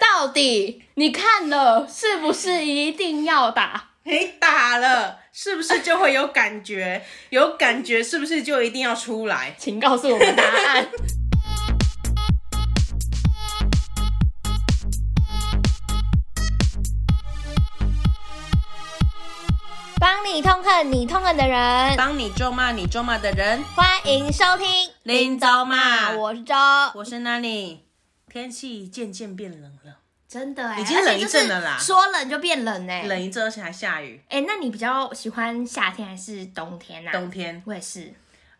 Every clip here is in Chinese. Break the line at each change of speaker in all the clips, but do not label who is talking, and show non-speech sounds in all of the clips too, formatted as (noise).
到底你看了是不是一定要打？
你打了是不是就会有感觉？ (laughs) 有感觉是不是就一定要出来？
请告诉我们答案。帮你痛恨你痛恨的人，
帮你咒骂你咒骂的人，
欢迎收听啊
林周骂
我是周，
我是 Nani。天气渐渐变冷了，
真的哎、
已经冷一阵了
而
啦
且就是说冷就变冷哎、
冷一阵，而且还下雨，
哎、那你比较喜欢夏天还是冬天呐、啊？
冬天。
我也是，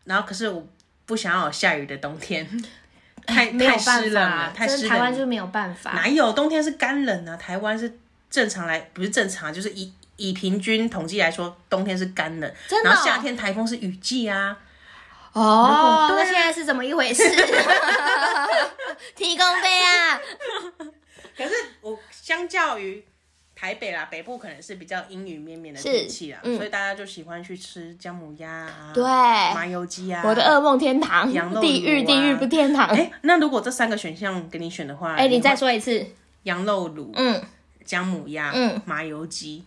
然后可是我不想要有下雨的冬天，太
没有
太
办
湿
法
冷
啊
了，，太
真的
湿
台湾
冷
就
了。
是没有办法
哪。有冬天是干冷啊？台湾是正常来，不是正常，啊就是以以平均统计来说，冬天是干冷，
真的哦
然后夏天台风是雨季啊。
哦，
如
那
果对啊
现在是怎么一回事？啊 (laughs) 提供杯啊！
可是我相较于台北啦，北部可能是比较阴雨绵绵的
是
天气啦，
嗯
所以大家就喜欢去吃姜母鸭啊，
对
麻油鸡啊。
我的噩梦天堂，
羊肉
地狱，
炉啊
地狱不天堂。
哎、
哎、
那如果这三个选项给你选的话，
你再
会
说一次。
羊肉卤、
嗯，
姜母鸭、
嗯
麻油鸡，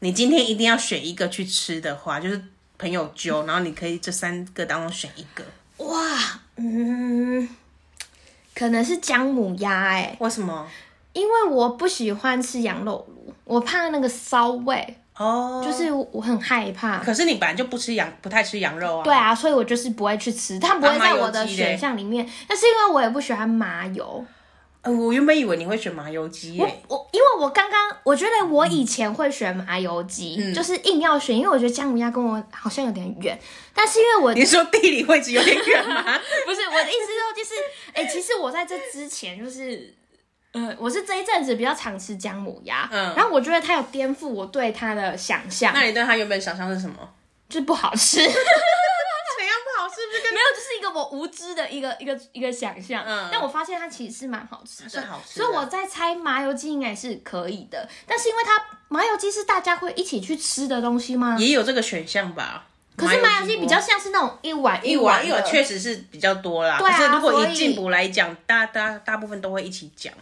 你今天一定要选一个去吃的话，就是朋友揪，然后你可以这三个当中选一个，
哇，嗯，可能是姜母鸭哎、
为什么？
因为我不喜欢吃羊肉炉，我怕那个骚味，
哦，
就，是我很害怕。
可是你本来就不吃羊，不太吃羊肉啊。
对，啊，所以我就是不会去吃，它不会在我的选项里面。但是因为我也不喜欢麻油，
呃、我原本以为你会选麻油鸡耶、
我我因为我刚刚我觉得我以前会选麻油鸡，
嗯
就是硬要选，因为我觉得姜母鸭跟我好像有点远。但是因为我
你说地理位置有点远吗？
不是我的意思是说，就是 (laughs) 哎、其实我在这之前就是。呃，我是这一阵子比较常吃姜母鸭，
嗯
然后我觉得它有颠覆我对它的想象，
那你对它原本想象是什么？
就是不好
(laughs)
吃。
怎样不好吃？不是跟
没有，就是一个我无知的一个一个一个想象。
嗯
但我发现它其实是蛮好吃的，
它是好吃的
所以我在猜麻油鸡应该是可以的，但是因为它麻油鸡是大家会一起去吃的东西吗？
也有这个选项吧？
可是麻油鸡
锅
比较像是那种一碗
一碗
碗
一
一
碗
的
确实是比较多啦。
对啊
可是如果
所
以
以
进补来讲，大大大部分都会一起讲。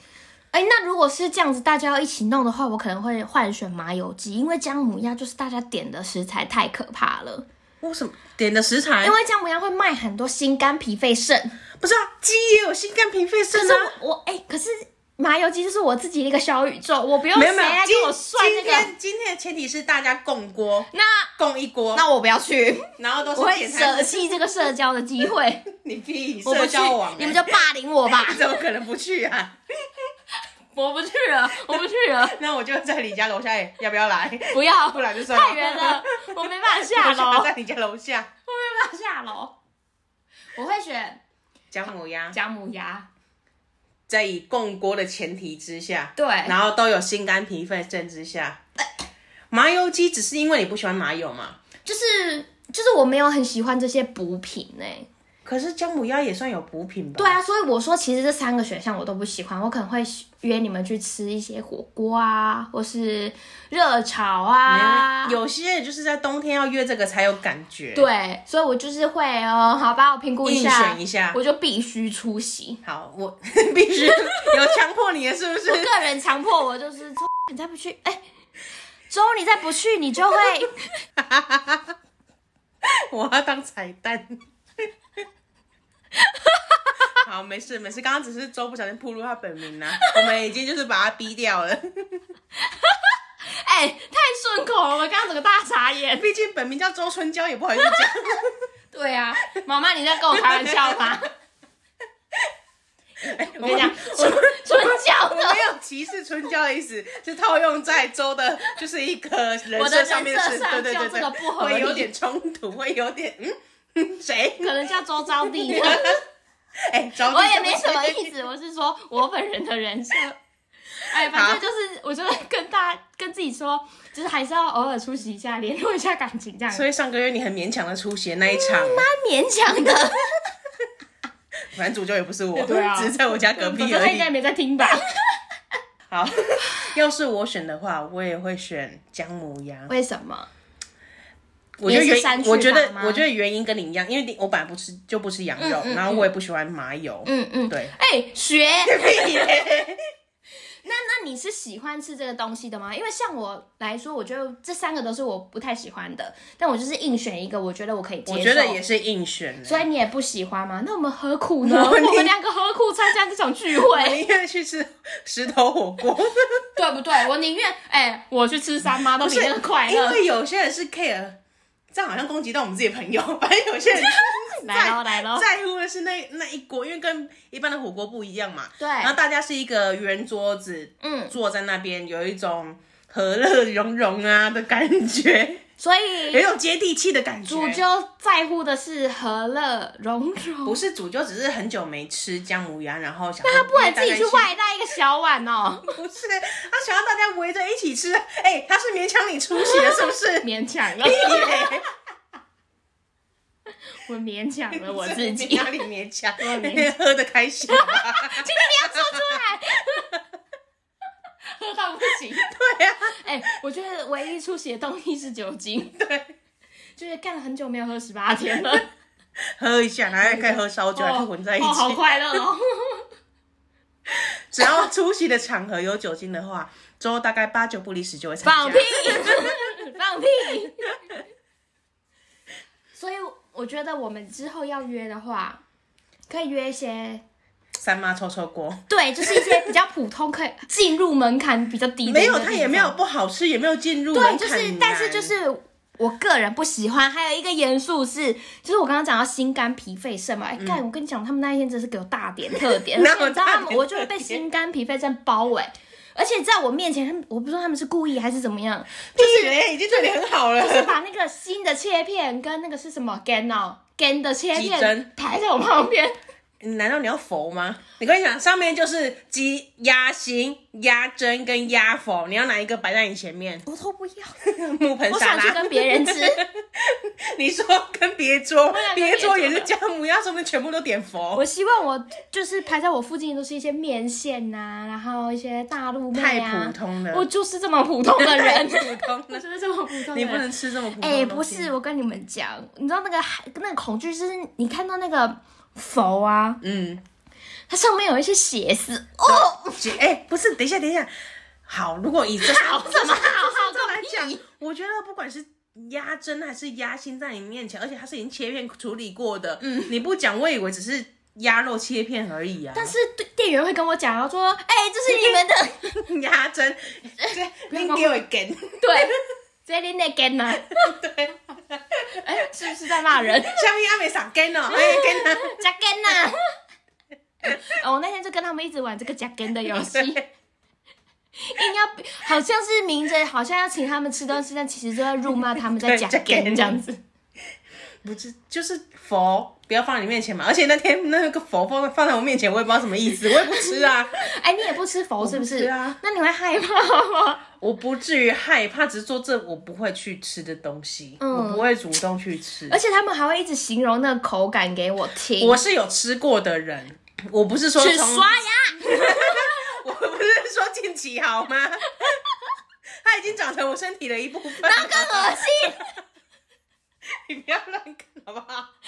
哎、那如果是这样子，大家要一起弄的话，我可能会换选麻油鸡，因为姜母鸭就是大家点的食材太可怕了，
为什么点的食材
因？为姜母鸭会卖很多心肝脾肺肾。
不是啊，鸡也有心肝脾肺
可
肾
是
啊。
我我哎、可是麻油鸡就是我自己的一个小宇宙，我不用
没
谁
有没有
来，
今
给我算
今
那个。
天今天的前提是大家共锅，
那
共一锅，
那我不要去，
然后都
(laughs) 我
是
会
点
舍
餐。
弃这个社交的机 (laughs) 会，
你屁
我不
社
去
交网，欸，，
你们就霸凌我吧
(laughs) 怎么可能不去啊？
(laughs) 我不去了，我不去了，
那我就在你家楼下，欸要不要来？
(laughs)
(laughs)
不要，
不然就算了
太远
(laughs)
了，我没办法下 (laughs)
我
楼，
想
我没
在你家楼下，
办法下楼， (laughs) 我会选
姜母鸭。
姜母鸭，
在以共锅的前提之下，
对
然后都有心肝脾肺肾之下，麻油鸡只是因为你不喜欢麻油嘛。
就是就是我没有很喜欢这些补品哎、
可是姜母鸭也算有补品吧？
对，啊，所以我说其实这三个选项我都不喜欢，我可能会约你们去吃一些火锅啊，或是热炒啊，
有些人就是在冬天要约这个才有感觉。，
对，所以我就是会哦，好吧，我评估一
硬
下，
选一下
我就必须出席。
好，我 (laughs) 必须有强迫你的，是不是 (laughs)
我？个人强迫我就是，周你再不去，哎、周你再不去，你就
(laughs)
会
我要当彩蛋。 (laughs) 好，没事没事，刚刚只是周不小心暴露他本名啦、啊我们已经就是把他逼掉了，
哎、太顺口了，我刚刚整个大傻眼。
毕竟本名叫周春娇，也不好意思讲。
对啊，妈妈你在跟我开玩笑吗？我跟你讲，
哎我
春春娇
我
的
没有歧视春娇的意思，是套用在周的，就是一个人
我的人
设上面
设
事，
上
对对对
就这
对，
个不合理
会有点冲突，会有点嗯，谁？
可能叫周招娣，
(laughs) 哎、招
我也没什么意思，我是说我本人的人设。哎，反正就是，我就跟大家跟自己说，就是还是要偶尔出席一下，联络一下感情这样，
所以上个月你很勉强的出席那一场，嗯
蛮勉强的。
反正主角也不是我，
对啊
只是在我家隔壁
他
而
应
已
该。没在听
(laughs)
吧？
好，要是我选的话，我也会选姜母鸭。
为什么？
我觉得
也是
原
删去
我觉得
法吗
我觉得原因跟你一样，因为你我本来不吃就不吃羊肉，然后我也不喜欢麻油，
嗯嗯，
对。
哎，学
屁咧
这你是喜欢吃这个东西的吗？因为像我来说，我觉得这三个都是我不太喜欢的，但我就是硬选一个，我觉得我可以接受。
我觉得 (laughs) 也是硬选
所
的。
以你也不喜欢吗？那我们何苦 (laughs) 呢？
你
我们两个何苦参加这场聚
我
会，
宁愿去吃石头火锅，
(laughs) 对不对？我宁愿哎、我去吃三妈都比哦那个快
因
乐。
为有些人是 care，这样好像攻击到我们自己的朋友。反正有些人
来喽来喽，
在乎的是那那一锅，因为跟一般的火锅不一样嘛。
对
然后大家是一个圆桌子，
嗯，
坐在那边有一种和乐融融啊的感觉，
所
有一
以
种接地气的感觉。
主就在乎的是和乐融融，
不是主就只是很久没吃姜母鸭，然后想
那
那
他不能自己去，外带一个小碗哦，
不是他想要大家围着一起吃，哎、他是勉强你出席的，是不是？
(laughs) 勉强了，我勉强
(laughs)
了我自己。
哪里
(laughs)
勉强
勉强？
喝的开心吧，
今天你要说出来， (laughs) 喝到不行。 (laughs)
对呀、
哎、我觉得唯一出血的东西是酒精， (laughs)
对，
就是干很久没有喝十八天了，
喝一下，然后可以喝烧 (laughs) 酒，还可以混在一起。
(laughs) 哦，好快乐
(laughs)
哦！
只要出席的场合有酒精的话，之后大概八九不离十就会参加。 (laughs)
放屁，放屁。 (laughs) 所以我觉得我们之后要约的话，可以约一些，
三妈臭臭锅，
对，就是一些比较普通，可以进入门槛比较低的。
没有，它也没有。不好吃，也没有进入
对，
门
就
槛
是，
难
但是就是我个人不喜欢。还有一个元素是，就是我刚刚讲到心肝脾肺肾嘛。哎、
嗯
干、我跟你讲，他们那一天真是给我大点特
(laughs)
点，而
哪
且
有
你知道他
大
们，
点
我就
特
是被心肝脾肺肾包围。而且在我面前，他们我不知道他们是故意还是怎么
(laughs)
样，
就是欸人已经对你很好了，
就是把那个新的切片跟那个是什么 gan 哦 gan 的切
鸡胗
片排在我旁边，
(laughs) 你难道你要佛吗？ (laughs) 你跟你讲，上面就是鸡、鸭心、鸭胗跟鸭佛，你要哪一个摆在你前面？
我都不要，
木
(laughs)
盆
我
沙
想去
拉。
跟别人吃。
(laughs) 你说跟别桌
啊想，跟
别
别
桌
桌
也是姜母鸭，说不定全部都点佛。
我希望我就是排在我附近的都是一些面线呐、然后一些大陆妹
太
啊
普，通了，
我就是这么普通的
太
(laughs) 人，
普通
我
了，
就是这么普通的人。
你不能吃这么普通。
哎、不是，，我跟你们讲，你知道那个海那个恐惧，就是你看到那个佛啊，
嗯，
它上面有一些血丝哦，
(laughs) 姐哎、不是，等一下，等一下。好，如果以这
好什么好好
(laughs) 这来
个
讲
屁，
我觉得不管是鸭胗还是鸭心在你面前，而且它是已经切片处理过的，嗯，你不讲，我以为只是鸭肉切片而已啊。
但是对店员会跟我讲，他说：“哎、这是你们的，
(laughs) 鸭胗，
要
你
跟我
给我一
(laughs)
根，
对，这里那根呢？
(laughs) 对，
哎、是不是在骂人？
下面阿美上根哦，哎根啊，
加根呐、哦，我那天就跟他们一直玩这个加根的游戏，
对
(laughs) 硬要好像是明着好像要请他们吃东西，但其实就在辱骂他们 (laughs) 在
对
加
夹
根
根
这样子。
不是就是佛，不要放在你面前嘛。而且那天那个佛放放在我面前，我也不知道什么意思，我也不吃啊，
哎、你也不吃佛是不是？
吃啊
那你会害怕 (laughs) 吗？
我不至于害怕，只是做这我不会去吃的东西，
嗯
我不会主动去吃。
而且他们还会一直形容那个口感给我听。
我是有吃过的人，我不是说
去
从
刷牙，
我不是说近期好吗？ (laughs) 它已经长成我身体的一部分了。
那更恶心。
你不要乱看好不好？ (laughs)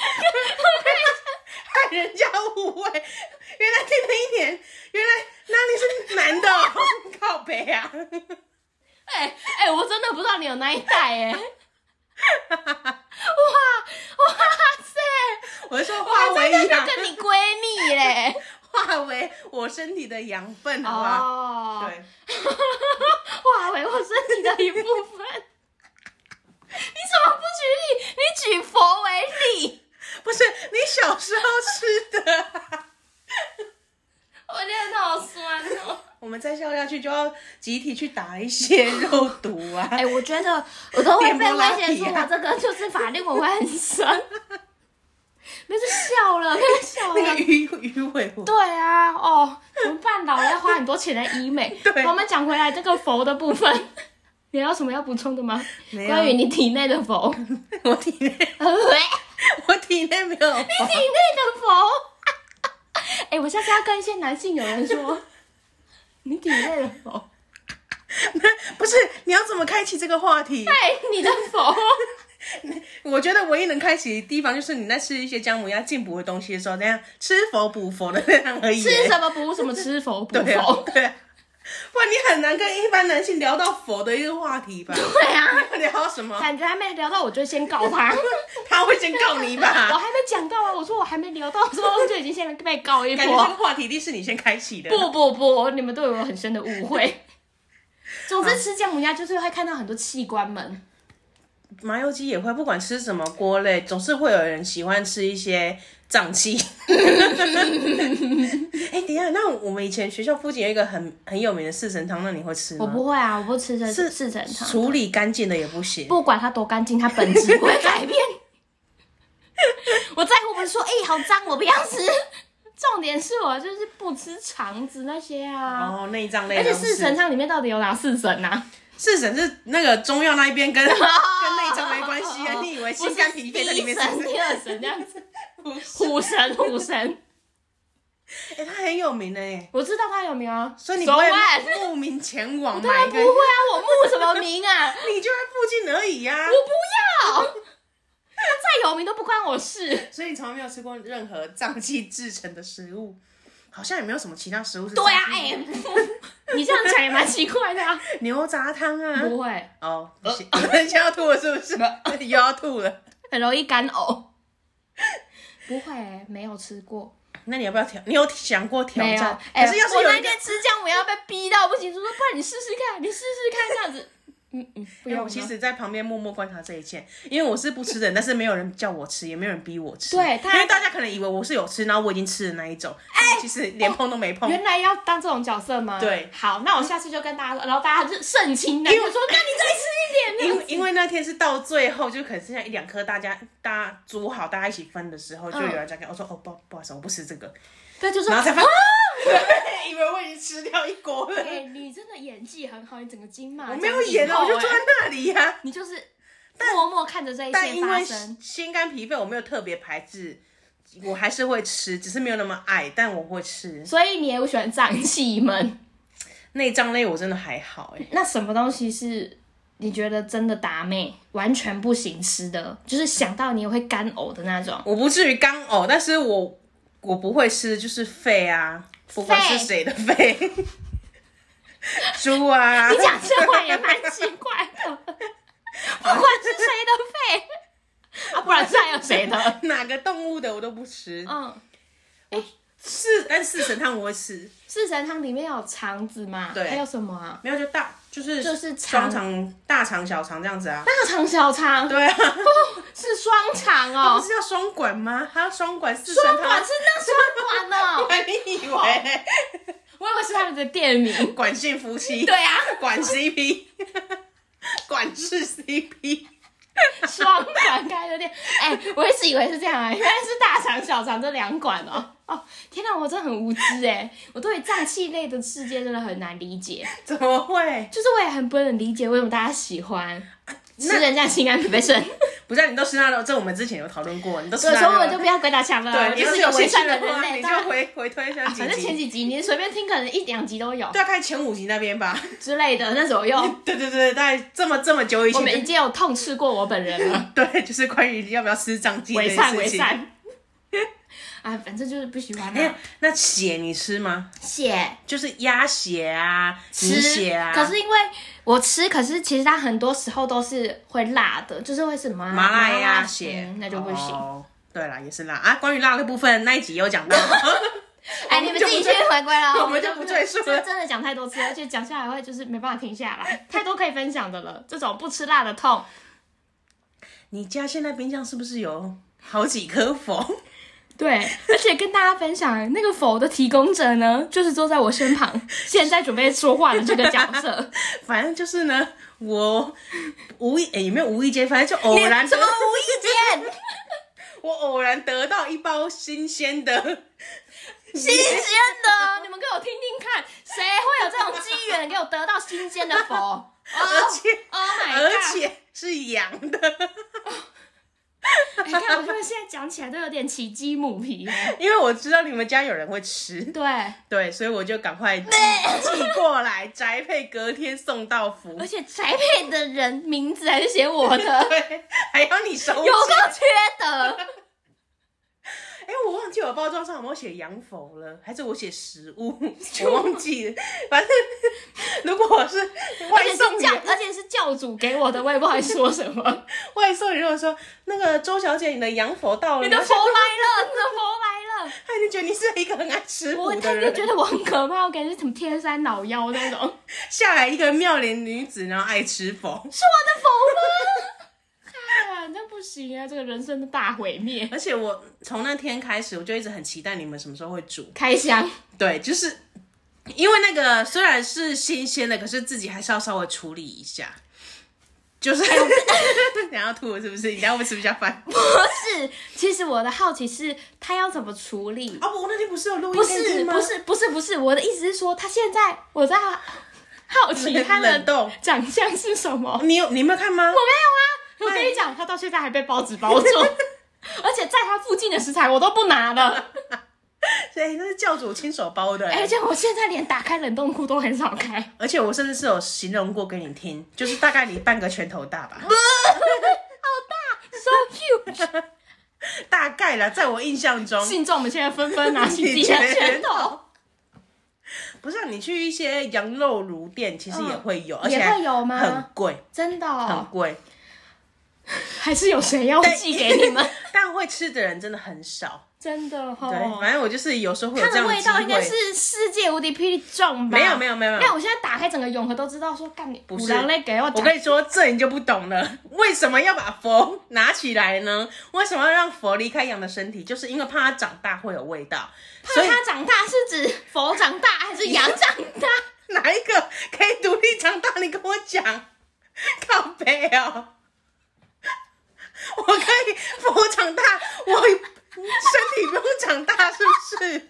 害人家误会，原来听了一年，原来那里
(laughs)
是男的、哦，靠北
(laughs)
啊！
哎、哎、我真的不知道你有那一代 (laughs) 哎、哇哇塞！
我是说化
我
为
真的
养
就，跟你闺蜜嘞。
化为我身体的养分，好不好？
哦，
对，
化为我身体的一部分。你怎么不举例？你举佛为例。
不是你小时候吃的 (laughs) 啊、
我脸好酸哦。
我们再笑下去就要集体去打一些肉毒啊！
哎、我觉得我都会被威胁
电波
说
拉皮啊
我这个就是法令纹会很深。没事笑了，开始笑
那
了
个。鱼鱼尾纹，
对啊，哦，怎么办？老了要花很多钱来医美。
(laughs) 对
我们讲回来这个佛的部分， (laughs) 你还有什么要补充的吗？
没有
关于你体内的佛，
(laughs)
喂
我体内
体
我体内没有佛，
内的佛。 (laughs) 哎、我下次要跟一些男性友人
(laughs)
说，你体内的佛，
(laughs) 不是你要怎么开启这个话题？
哎，你的
(laughs)
佛，
我觉得唯一能开启的地方就是你在吃一些姜母鸭进补的东西的时候，那样吃佛补佛的那样而已。
吃什么补什么，吃佛补
对啊
佛。
对啊，不然你很难跟一般男性聊到佛的一个话题吧？ (laughs)
对啊，
聊到什么？
感觉还没聊到，我就先告
(laughs)
他。
他会先告你
我 (laughs)
吧？
还没讲到啊，我说我还没聊到的时候就已经先被告一
感觉这
波
个。话题一定是你先开启的。
不不不，你们对我有很深的误会。总
啊
之吃姜母鸭就是会看到很多器官们，
麻油鸡也会，不管吃什么锅类，总是会有人喜欢吃一些脏 (laughs) 器。哎、等一下，那我们以前学校附近有一个很很有名的四神汤，那你会吃
我
吗？
不会啊，我不吃这
是
四神汤，
处理干净的也不行。
不管它多干净，它本质不会改
(laughs)
变。我在乎不是说，哎、好脏，我不要吃。重点是我就是不吃肠子那些啊，
哦，内脏类
而
的
且
东西。
四神汤里面到底有哪四神啊？
四神是那个中药那
(laughs)
一边跟跟内脏没关
哦
系啊？你以为
不是
心肝脾肺在里面
第一神、
是？
第二神这样子，
不是
虎 (laughs) 神虎神，
(laughs) 哎、它很有名的耶，
我知道他有名啊，
所以你不
So
会
what？
慕名前往
当
买
然
一
不
个，
会啊，我慕什么名啊？
你就在附近而已呀、啊
我。不要，他再有名都不关我
(laughs)
事。
所以你从来没有吃过任何脏器制成的食物，好像也没有什么其他食物是。
对啊，哎、，你这样讲也蛮奇怪的啊。
牛杂汤啊。
不会，
哦，不 (laughs) 行，现在要吐了是不是？ (laughs) 又要吐了。
很容易干呕。不会、欸没有吃过，
那你要不要挑？你有想过挑
没有
战？。
哎、
可是要是
我
有
那
一个，
天吃姜母鸭被逼到不行，就说不然你试试看，你试试看这样子。 (laughs) 嗯嗯，不
因为
用
我
了。
其实，在旁边默默观察这一切，因为我是不吃的人，但是没有人叫我吃，也没有人逼我吃。
对他
因为大家可能以为我是有吃，然后我已经吃的那一种，哎，其实连碰都没碰。
哦原来要当这种角色吗？
对
好，那我下次就跟大家说，然后大家就盛情难却说，那你再吃一点。
(laughs) 因为因为那天是到最后，就可能剩下一两颗，大家大家煮好，大家一起分的时候，就有人在跟我说：“哦，不不好意思，我不吃这 (laughs) 个。
对，就”说哦
然后才发现， (laughs) 嗯以为我已经吃掉一锅了，
哎、你真的演技很好，你整个金马
我没有演啊，
奖
我
影后
就坐在
哎
那里呀。
你就是默默看着这一
但
切
因
发
为
生。
心肝脾肺，我没有特别排斥，我还是会吃，只是没有那么爱，但我会吃
所以你也不喜欢脏器们。
内脏类，我真的还好哎。
那什么东西是你觉得真的达妹完全不行吃的？就是想到你也会干呕的那种。
我不至于干呕，但是我我不会吃，就是肺啊，不管是谁的肺， (laughs) 猪 (laughs) 啊，
你讲这话也蛮奇怪 (laughs) 的，不管是谁的肺，啊，不然是还有谁的？
(laughs) 哪个动物的我都不
(laughs)
吃，
嗯，
四但四神汤我会吃，
四神汤里面有肠子嘛？
对
还有什么啊？
没有就大就是
就是
双
肠
肠、大肠、小肠这样子啊。
大肠、小肠
对
(laughs)
啊，
哦是双肠
不
哦，
是叫双管吗？它双管四神
双
汤，
哦管是那双管哦，
管你以为
(laughs) 我以为是他们的店名。
管性夫妻，
对啊，
管 CP，管制 CP，
双管开的店，哎、我一直以为是这样啊，原来是大肠小肠这两管哦。哦，天哪，我真的很无知哎，我对于脏器类的世界真的很难理解，
怎么会？
就是我也很不能理解为什么大家喜欢
啊
吃人家心肝脾肺
(laughs)
肾。
不是、啊、你都吃腊肉，这我们之前有讨论过，你都吃
有
腊
时候
肉
我
了，
就不要鬼打墙了，我
啊对，你
就
要
是一个
是有
伪
兴
善
趣
的
的
人
话，
类。
你就
当然啊
回回推一下几
反正前
集，
几集你随便听，可能一两集都有
大概前五集那边吧。
之类的那
(laughs)
左右。
对对对，大概这么这么久以
我
前
们已经有痛斥过我本人
(laughs)
了，
对，就是关于要不要吃脏鸡这
伪
件
善伪
事情。
善。啊，反正就是不喜欢
哎呀
啊。，
那血你吃吗？
血
就是鸭血啊，
吃
凝血啊，
可是因为我吃，可是其实它很多时候都是会辣的，就是会什么
麻辣鸭
呀
血、
嗯那就不行。
哦对啦，也是辣啊。关于辣的部分，那一集有讲到，
(laughs) 哎，
我
你
们
们
就
自
不
己去
赘
回归了，
我们就不赘述了
这真的讲太多次，而且讲下来会就是没办法停下来，太多可以分享的了。这种不吃辣的痛，
你家现在冰箱是不是有好几颗佛？
对，而且跟大家分享，那个否的提供者呢，就是坐在我身旁，现在准备说话的这个角色。
反正就是呢，我无意、哎也没有无意间，反正就偶然
什
得
么无意间？
我偶然得到一包新鲜的，
哦新鲜的，你们给我听听看，谁会有这种机缘给我得到新鲜的 (laughs) 佛？哦
而且、
，Oh my god！
而且是羊的。
你看，我们现在讲起来都有点起鸡母皮 (laughs) 耶。
因为我知道你们家有人会吃，
对，
对，所以我就赶快寄寄过来，宅配隔天送到府 (laughs)
而。且宅配的人名字还是写我的， (laughs)
对，还要你收
有
钱。
够缺德。
哎、我忘记我
(laughs)
包装上有没有写洋否了，还是我写食物，我忘记了。反正 (laughs)
煮给我的，我也不好意思说什 (laughs) 么。
外送员如果说那个周小姐，你的洋佛到了，
你的
然
佛
后
来了，你 (laughs) 的佛
他一定觉得你是一个很爱吃
来了，我
苦
他
的
们
人。
觉得我很可怕，我感觉是什么天山老妖那种，
下来一个妙龄女子，然后爱吃佛， (laughs)
是我的佛吗？ (laughs) 啊，那不行啊，这个人生的大毁灭。
而且我从那天开始，我就一直很期待你们什么时候会煮。
开箱，
对，就是因为那个虽然是新鲜的，可是自己还是要稍微处理一下。就是， (laughs) 你要吐了是不是？你等一下会不会吃不下 (laughs) 饭？
(laughs) 不是，其实我的好奇是他要怎么处理。
哦，我那天不是有录音
不是不是不是不是，我的意思是说，他现在我在好奇他
冷
的
冻
长相是什么。
你有你有没有看吗？
我没有啊，我跟你讲，他到现在还被包子 (laughs) 包住，而且在他附近的食材我都不拿了，
(laughs) 对，那是教主亲手包的、
而且我现在连打开冷冻库都很少开。
而且我甚至是有形容过给你听，就是大概你半个拳头大吧，
(laughs) So huge！
大概啦，在我印象中，
信众们现在纷纷拿起自己的拳头，
不是、啊、你去一些羊肉炉店，其实也会有，而且
嗯也会有吗
很贵，
真的、
很
哦，
贵，
还是有谁要寄给你们？
(laughs) 但会吃的人真的很少。
(laughs) 真的
对，
哦。
反正我就是有时候会有
它
这样
的
的
味
机
道应该
会。
是世界无敌霹雳重吧？
没有没有没有没有
但我现在打开整个永和都知道说，干你不
是
人类给我
我
讲
跟你说，这你就不懂了。为什么要把佛拿起来呢？为什么要让佛离开羊的身体？就是因为怕它长大会有味道。所
怕
以
它长大是指佛长大还是羊长大？ (laughs)
(laughs) 哪一个可以独立长大？你跟我讲， (laughs) 靠背哦。 (laughs) 我可以佛长大，我身体不用长大，是不是？ (laughs)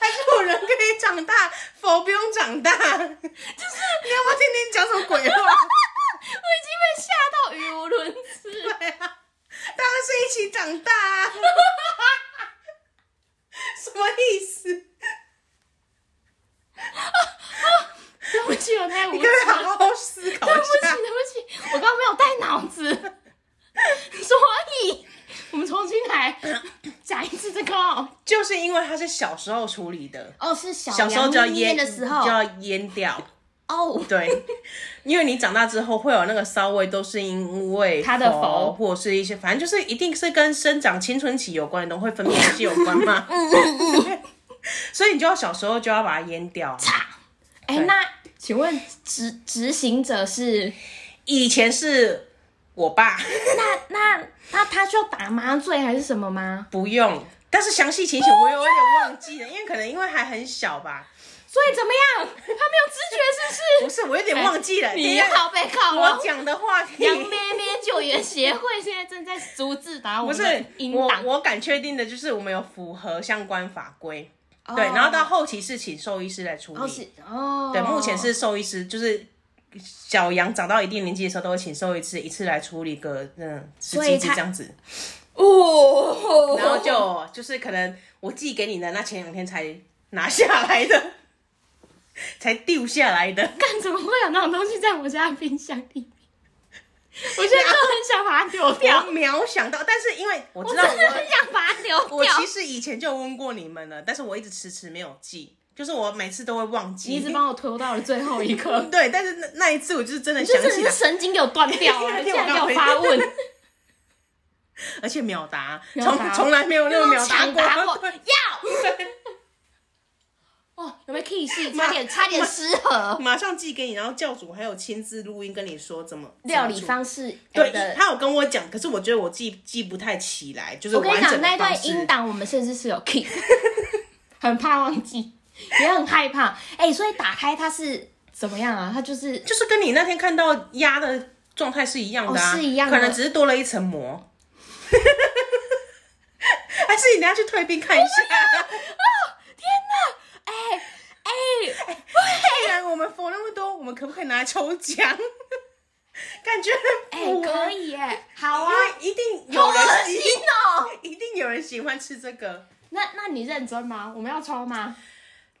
还是有人可以长大，佛不用长大？就是你要不要听 (laughs) 听讲什么鬼话？ (laughs)
我已经被吓到语无伦次
对。啊，大家是一起长大、啊， (laughs) 什么意思？
对不起，我太无
你
知
可不可以
了。
好好思考
对不
一
起，
下。
对不起，我刚刚没有带脑子，
(laughs)
所以我们重新来讲一次这个哦。
就是因为他是小时候处理的，
哦，是小
小时候就要
羊咩
腌
咩的时候
就要腌
(laughs)
掉。
哦，
对，因为你长大之后会有那个骚味，都是因为
它的佛
佛或是一些，反正就是一定是跟生长青春期有关的，都会分泌期有关
(laughs)
嘛。
嗯
(laughs) 所以你就要小时候就要把它腌掉啊。
哎、
对
那请问执执行者是
以前是我爸，
那那那他需要打麻醉还是什么吗？
不用。但是详细情形我有点忘记了，因为可能因为还很小吧，
所以怎么样？他没有知觉是
不
不是？
是我有点忘记了。等
(laughs)
一
哎你
下
好被告
我
了。
讲的话题，
羊咩咩救援协会现在正在逐字打我们
不是
的音
我
档，
我敢确定的就是我们有符合相关法规，
哦
对，然后到后期是请兽医师来处
然后
理，
是哦，
对，目前是兽医师，就是小羊长到一定年纪的时候，都会请兽医师一次来处理个嗯十
所
几
以
只
它
这
(laughs)
样子，
哦，
然后就就是可能我寄给你的那前两天才拿下来的， (laughs) 才丢下来的，
干怎么会有那种东西在我家冰箱里 (laughs) 面？我现在都很想把它丢掉，
我渺想到，但是因为我
我
知道
真的
我
很想把它丢
我
掉。
其实以前就问过你们了，但是我一直迟迟没有记，就是我每次都会忘记，
你一直帮我拖到了最后一 (laughs) 刻，
对，但是那那一次我就是真的
就
想
是
起
你
来
的，神经给我断掉了， (laughs)
而
你
且
竟
我
然给
刚
我发问，
而且秒答，
秒
从
答
从来没有那
有
种
没
秒
有 (laughs)
答
抢答
过
过？。要。哦，有没有 key 戏？差点差点失和。
(laughs) 马上寄给你，然后教主还有亲自录音跟你说怎么
(laughs) 料理。
怎么
方式
煮对，
的，
他有跟我讲，可是我觉得我记记不太起来，就是
我跟
完
你
整
讲，
的
那一
方
段音
式。
档我们甚至是有 key，很怕忘记，也很害怕。哎、所以打开它是怎么样啊？它就是
就是跟你那天看到鸭的状态是一样的、啊
哦是一样的
可能只是多了一层膜。 (laughs) 还是你等一下去退兵看
(laughs)
一下。
哎哎、
(laughs) 既然我们佛那么多，我们可不可以拿来抽奖？ (laughs) 感觉
哎、
很符合
可以耶，好 (laughs) 啊
因，为一定
好
有人
恶
喜，
心哦。
一定有人喜欢吃这个。
那那你认真吗？我们要抽吗？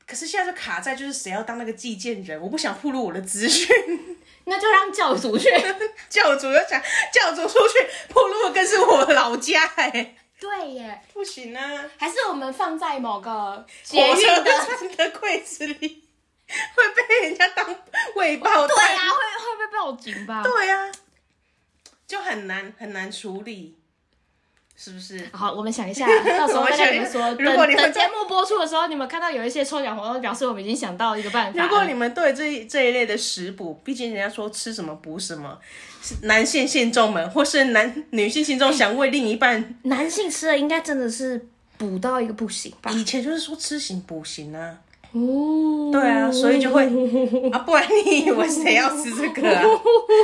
可是现在就卡在就是谁要当那个寄件人，我不想暴露我的资讯。 (laughs)
那就让教主 (laughs) 去。
教主又想教主出去暴露的更是我老家哎、
对耶，
不行啊！
还是我们放在某个捷
火
运
车
的。
站的柜子里会被人家当喂豹
对
蛋。
啊，会报警吧。
对呀、就很难很难处理，是不是？
好，我们想一 (laughs) 下，到时候再跟你们说。
如果
等
你们
等节目播出的时候，你们看到有一些抽奖活动，表示我们已经想到一个办法了。
(laughs) 如果你们对这一这一类的食补，毕竟人家说吃什么补什么，是男性信众们或是男女性信众想为另一半，
男性吃的应该真的是补到一个不行吧？
以前就是说吃行补行啊，
哦，
对啊，所以就会啊，不然你以为谁要吃这
(laughs)
个啊？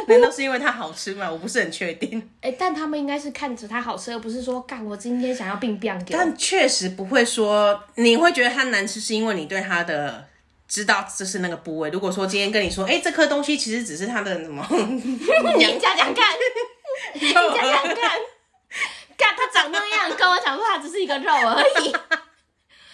难道是因为它好吃吗？我不是很确定，
哎、但他们应该是看着它好吃，而不是说干我今天想要病病给我。
但确实不会说你会觉得它难吃，是因为你对它的。知道这是那个部位。如果说今天跟你说，哎、这颗东西其实只是它的什么
(laughs) 你讲讲 (laughs) 看，你讲讲看，看他长那样，跟我讲说他只是一个肉而 (laughs) 已。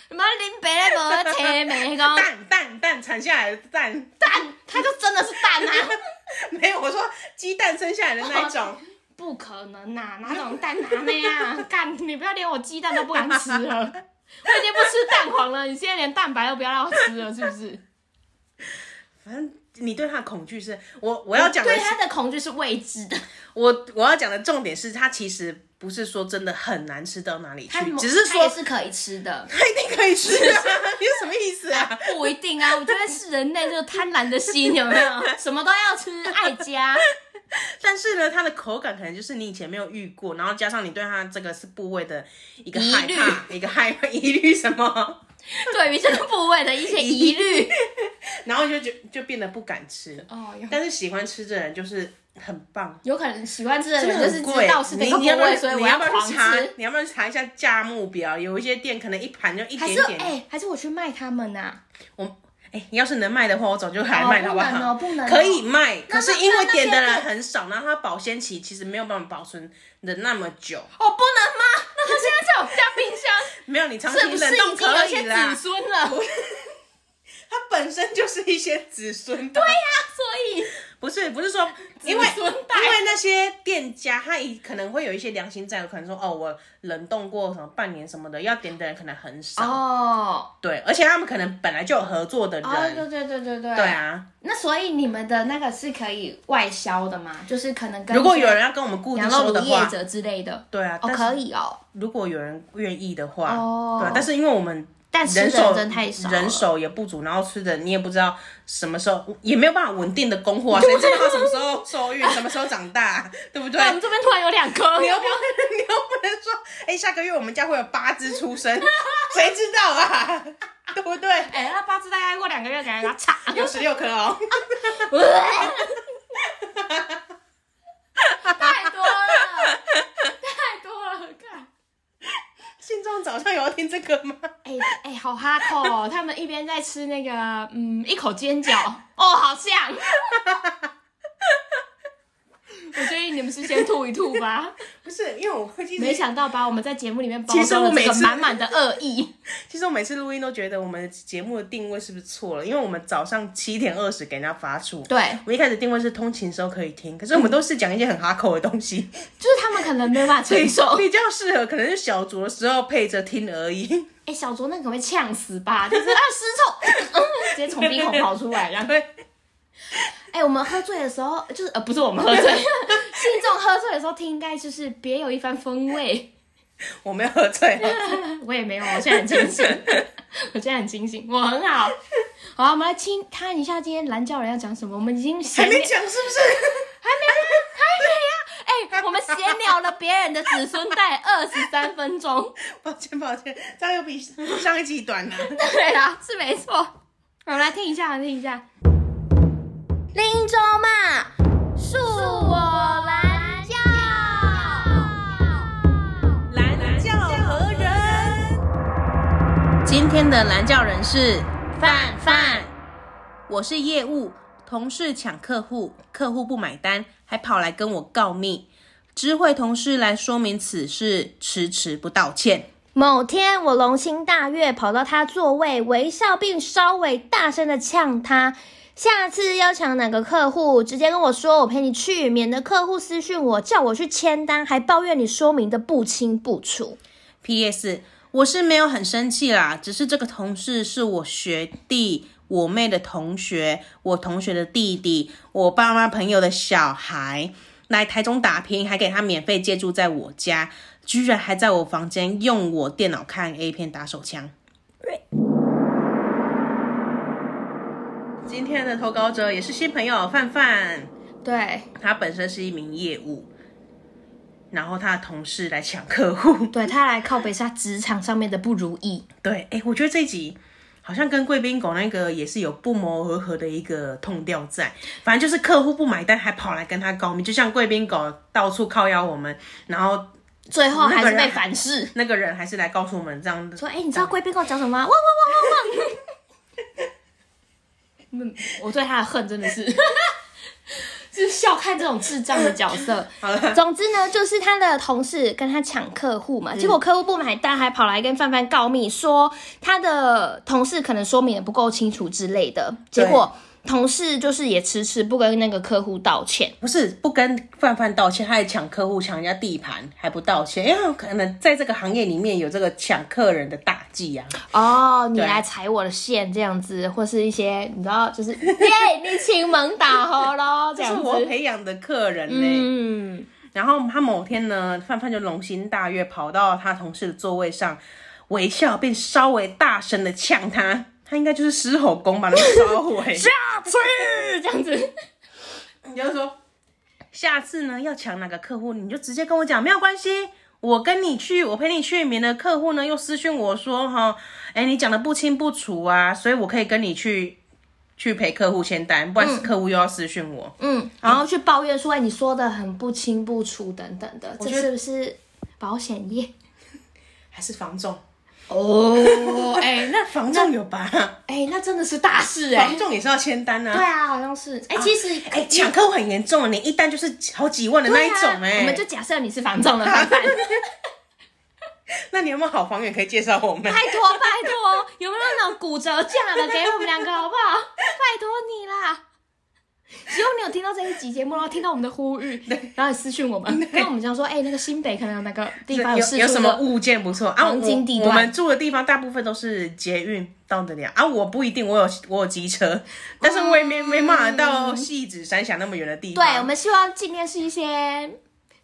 什么林北那个切 (laughs) 梅公
(laughs) 蛋蛋蛋产下来的蛋，
蛋，他就真的是蛋啊！
(laughs) 没有，我说鸡蛋生下来的那一种，
(laughs) 不可能呐、哪种蛋哪那样？干，你不要连我鸡蛋都不敢吃啊了， (laughs) 我已经不吃蛋黄了，你现在连蛋白都不要让我吃了，是不是？
(laughs) 反正你对它的恐惧是我我要讲的
对啊
是，
他的恐惧是未知的，
我我要讲的重点是，它其实不是说真的很难吃到哪里
他
去，只是
他也
说
是可以吃的。
它一定可以吃
(laughs)
啊，你是什么意思啊？
不一定啊，我觉得是人类这个贪婪的心有没有？什么都要吃，爱家。
但是呢，它的口感可能就是你以前没有遇过，然后加上你对它这个是部位的一个
疑
害怕，一个害怕疑虑什么，
对于这个部位的一些疑虑。
然后就就就变得不敢吃。
(laughs) 哦，有
但是喜欢吃的人就是很棒，
有可能喜欢吃的
真的
人就是
很
知
贵，
道是哪
你
个
你
部
要不要
位，所以
你
我
要不要
狂
去查
吃。？
你要不要去查一下价目表？有一些店可能一盘就一
还
点
是
点。
哎、还是我去卖他们啊呐、
我哎、你要是能卖的话，我早就来卖了，
哦
好
不
好？
能哦不能哦
可以卖，
那
可是因为点的
那那
人
些
很少，然后它保鲜期其实没有办法保存的那么久。
哦，不能吗？那他现在在我们家冰箱，
没有，你长
(laughs)
期
是不是
冷冻
已经
可
有
以
些子
啦。
孙了？ (laughs) 对呀、
它本身就是一些子孙对，
啊所以
不是不是说，因为
子孙代
因为那些店家他以可能会有一些良心在，可能说哦，我冷冻过什么半年什么的，要点的人可能很少。
哦
对，而且他们可能本来就有合作的人，
哦，对对对对对。
对。啊。
那所以你们的那个是可以外销的吗？就是可能跟
如果有人要跟我们固
羊
定
肉
收
卤
的
业
话，
者之类的，
对啊，
哦，
但是
可以哦。
如果有人愿意的话，
哦
对啊、但是因为我们
但吃的
人手
人真太少了
人手也不足，然后吃的你也不知道什么时候，也没有办法稳定的供货啊，谁知道它什么时候
(laughs)
受孕，什么时候长大，对不
对，？
对 (laughs)
我们这边突然有两 (laughs) 颗，
你又不能，你又不能说，哎、下个月我们家会有八只出生， (laughs) 谁知道啊？对不对？
哎、那八字大概过两个月，感觉它 (laughs) 差。
有十六颗哦。 (laughs)
太多了，太多了，看。
信众早上有要听这个吗？
哎、哎、好哈扣哦！他们一边在吃那个，嗯，一口煎 (laughs) 饺，哦，好像。我建议你们是先吐一吐 (laughs) 吧。
不是，因为我会记得
没想到吧，我们在节目里面包
其实
装
我
了这
每
个
次
满满的恶意。
其实我每次录音都觉得我们节目的定位是不是错了？因为我们早上七点二十给人家发出，
对，
我们一开始定位是通勤时候可以听，可是我们都是讲一些很哈口的
(laughs)
东西，
就是他们可能没有办法承 (laughs) 受。
比较适合可能是小酌的时候配着听
(laughs)
而已。
哎、小卓那个会呛死吧？就是啊，失重，直接从鼻孔跑出来，然后。
对，
(laughs) 哎、我们喝醉的时候，就是呃，不是我们喝醉， (laughs) 信众喝醉的时候听，应该就是别有一番风味。
我没有喝醉
(laughs)
哦，
我也没有，我现在很清醒， (laughs) 我现在很清醒，我很好。好，我们来听看一下今天蓝教人要讲什么。我们已经闲
还
聊，还没
没
啊，
讲是不是？ (laughs)
还没啊！哎、我们闲聊了别人的子孙 (laughs) 代二十三分 (laughs) 钟，
抱歉抱歉，这样又比上一集短了、啊
对啦，是没错。我们来听一下，听一下。林州嘛，恕我蓝教。
蓝教何人？今天的蓝教人是
范范，
我是业务，同事抢客户，客户不买单，还跑来跟我告密。知会同事来说明此事，迟迟不道歉。
某天，我龙心大悦，跑到他座位，微笑并稍微大声的呛他：“下次要抢哪个客户，直接跟我说，我陪你去，免得客户私讯我，叫我去签单，还抱怨你说明的不清不楚。
P.S. 我是没有很生气啦，只是这个同事是我学弟，我妹的同学、我同学的弟弟、我爸妈朋友的小孩来台中打拼，还给他免费借住在我家，居然还在我房间用我电脑看 A 片打手枪。今天的投稿者也是新朋友范范，
对
他本身是一名业务，然后他的同事来抢客户。
对，他来靠北是他职场上面的不如意。
对，哎，我觉得这一集好像跟贵宾狗那个也是有不谋而合的一个痛调在。反正就是客户不买单，还跑来跟他告密，就像贵宾狗到处靠邀我们，然后
最后还是
那个
被
人
反噬。
那个人还是来告诉我们这样的。
说，哎、你知道贵宾跟我讲什么吗？汪汪汪汪汪！ (laughs)
嗯我对他的恨真的是，就是笑看这种智障的角
(laughs)
色。
好了，
总之呢，就是他的同事跟他抢客户嘛，结果客户不买单，还跑来跟范范告密，说他的同事可能说明的不够清楚之类的。结
对
果同事就是也迟迟不跟那个客户道歉。
不是不跟范范道歉，他还抢客户、抢人家地盘，还不道歉，因为可能在这个行业里面有这个抢客人的大忌啊。
哦，你
对
来踩我的线这样子，或是一些你知道，就是 (laughs) 耶，你亲门打和咯这
这是
样
我
子。
培养的客人呢、
嗯，
然后他某天呢，范范就龙心大悦，跑到他同事的座位上，微笑并稍微大声的呛他，他应该就是狮吼功把他烧毁。
下次这样子，
欸你就说，下次呢要抢哪个客户，你就直接跟我讲，没有关系，我跟你去，我陪你去。免得客户呢又私讯我说，哈，哎，你讲的不清不楚啊，所以我可以跟你去去陪客户签单，不然客户又要私讯我。
嗯，然后去抱怨说，哎，你说的很不清不楚等等的，这是不是保险业？
还是房仲，
(laughs)
欸
哦，哎、那
房仲有吧？
哎、那真的是大事哎、
房仲也是要签单啊。
对啊，好像是。哎、其实
哎、抢客户很严重，你一单就是好几万的那一种
啊
哎、
啊我们就假设你是房仲的范范，
那你有没有好房源可以介绍我们？
拜托拜
哦
托，有没有那种骨折价的给我们两个好不好？拜托你啦！
希望你有听到这一集节目，然后听到我们的呼吁，然后你私讯我们，跟我们讲说，哎、那个新北可能有哪个地方
有
试
有
出
什么
的，
物件不错啊？
黄金地
我
段
我们住的地方大部分都是捷运到得了啊，我不一定，我有我有机车，但是我也没、没办法到细指三峡那么远的地
对
方。，
我们希望尽量是一些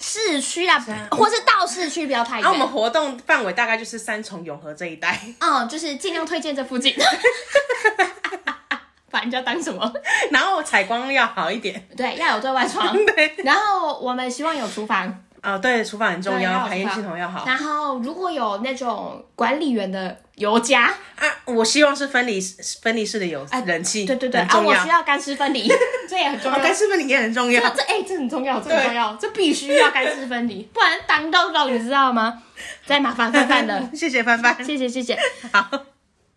市区啊，或是到市区不要太
啊，我们
远。
活动范围大概就是三重永和这一带， (laughs)
嗯，就是尽量推荐这附近。
把人家当什么？
然后采光要好一点。
对，要有对外
(laughs)
窗，
对，
然后我们希望有厨房，
啊，对，厨房很重
对要
要，
有
排烟
厨
系
房
统要好
然后如果有那种管理员的油家，
啊。我希望是分离分离式的有
哎
人气，
对对对
很
啊，
重
我
要。
需要干湿分
(laughs)
离，这也很重要。
哦，干湿分离也很重要
这。这哎、这很重要，这很重要，这必须要干湿分离， (laughs) 不然挡到到你知道
(laughs)
吗？再麻烦范范了，
谢谢范范。
谢谢谢谢。
好，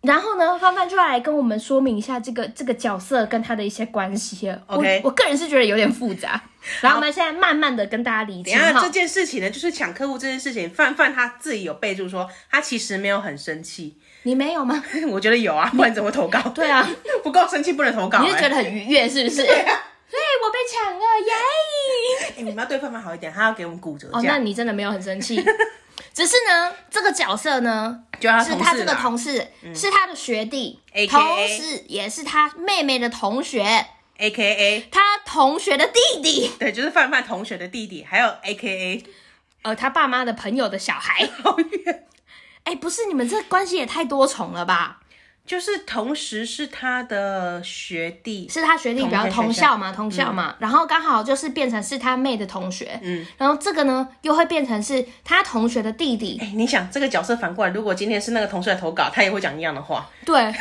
然后呢，范范就来跟我们说明一下这个这个角色跟他的一些关系
哦
了。
OK
我我个人是觉得有点复杂。然后我们现在慢慢的跟大家理
等
清
一下
哈
这。件事情呢，就是抢客户这件事情，范范他自己有备注说，他其实没有很生气。
你没有吗？
我觉得有啊，不然怎么投稿？
对啊，
不够生气不能投稿、
你是觉
哎
得很愉悦是不是？
啊
对，我被抢了耶！
哎你们要对范范好一点，他要给我们骨折
哦，
价，
那你真的没有很生
(laughs)
气，
只是呢，这个角色呢，
就他
是
同
他
事
这
啦嗯
个同事，是他的学弟
AKA
同时也是他妹妹的同学，
A K A，
他同学的弟弟，
对，就是范范同学的弟弟，还有 A K
哦
呃，他爸妈的朋友的小孩
A，，好 (laughs) 远，
哎，不是你们这关系也太多重了吧？
就是同时是他的学弟，
是他学弟，比较
同
同
一个学校嗯
校嘛，同校嘛，然后刚好就是变成是他妹的同学，
嗯，
然后这个呢又会变成是他同学的弟弟，
哎、你想这个角色反过来，如果今天是那个同事来投稿，他也会讲一样的话，
对，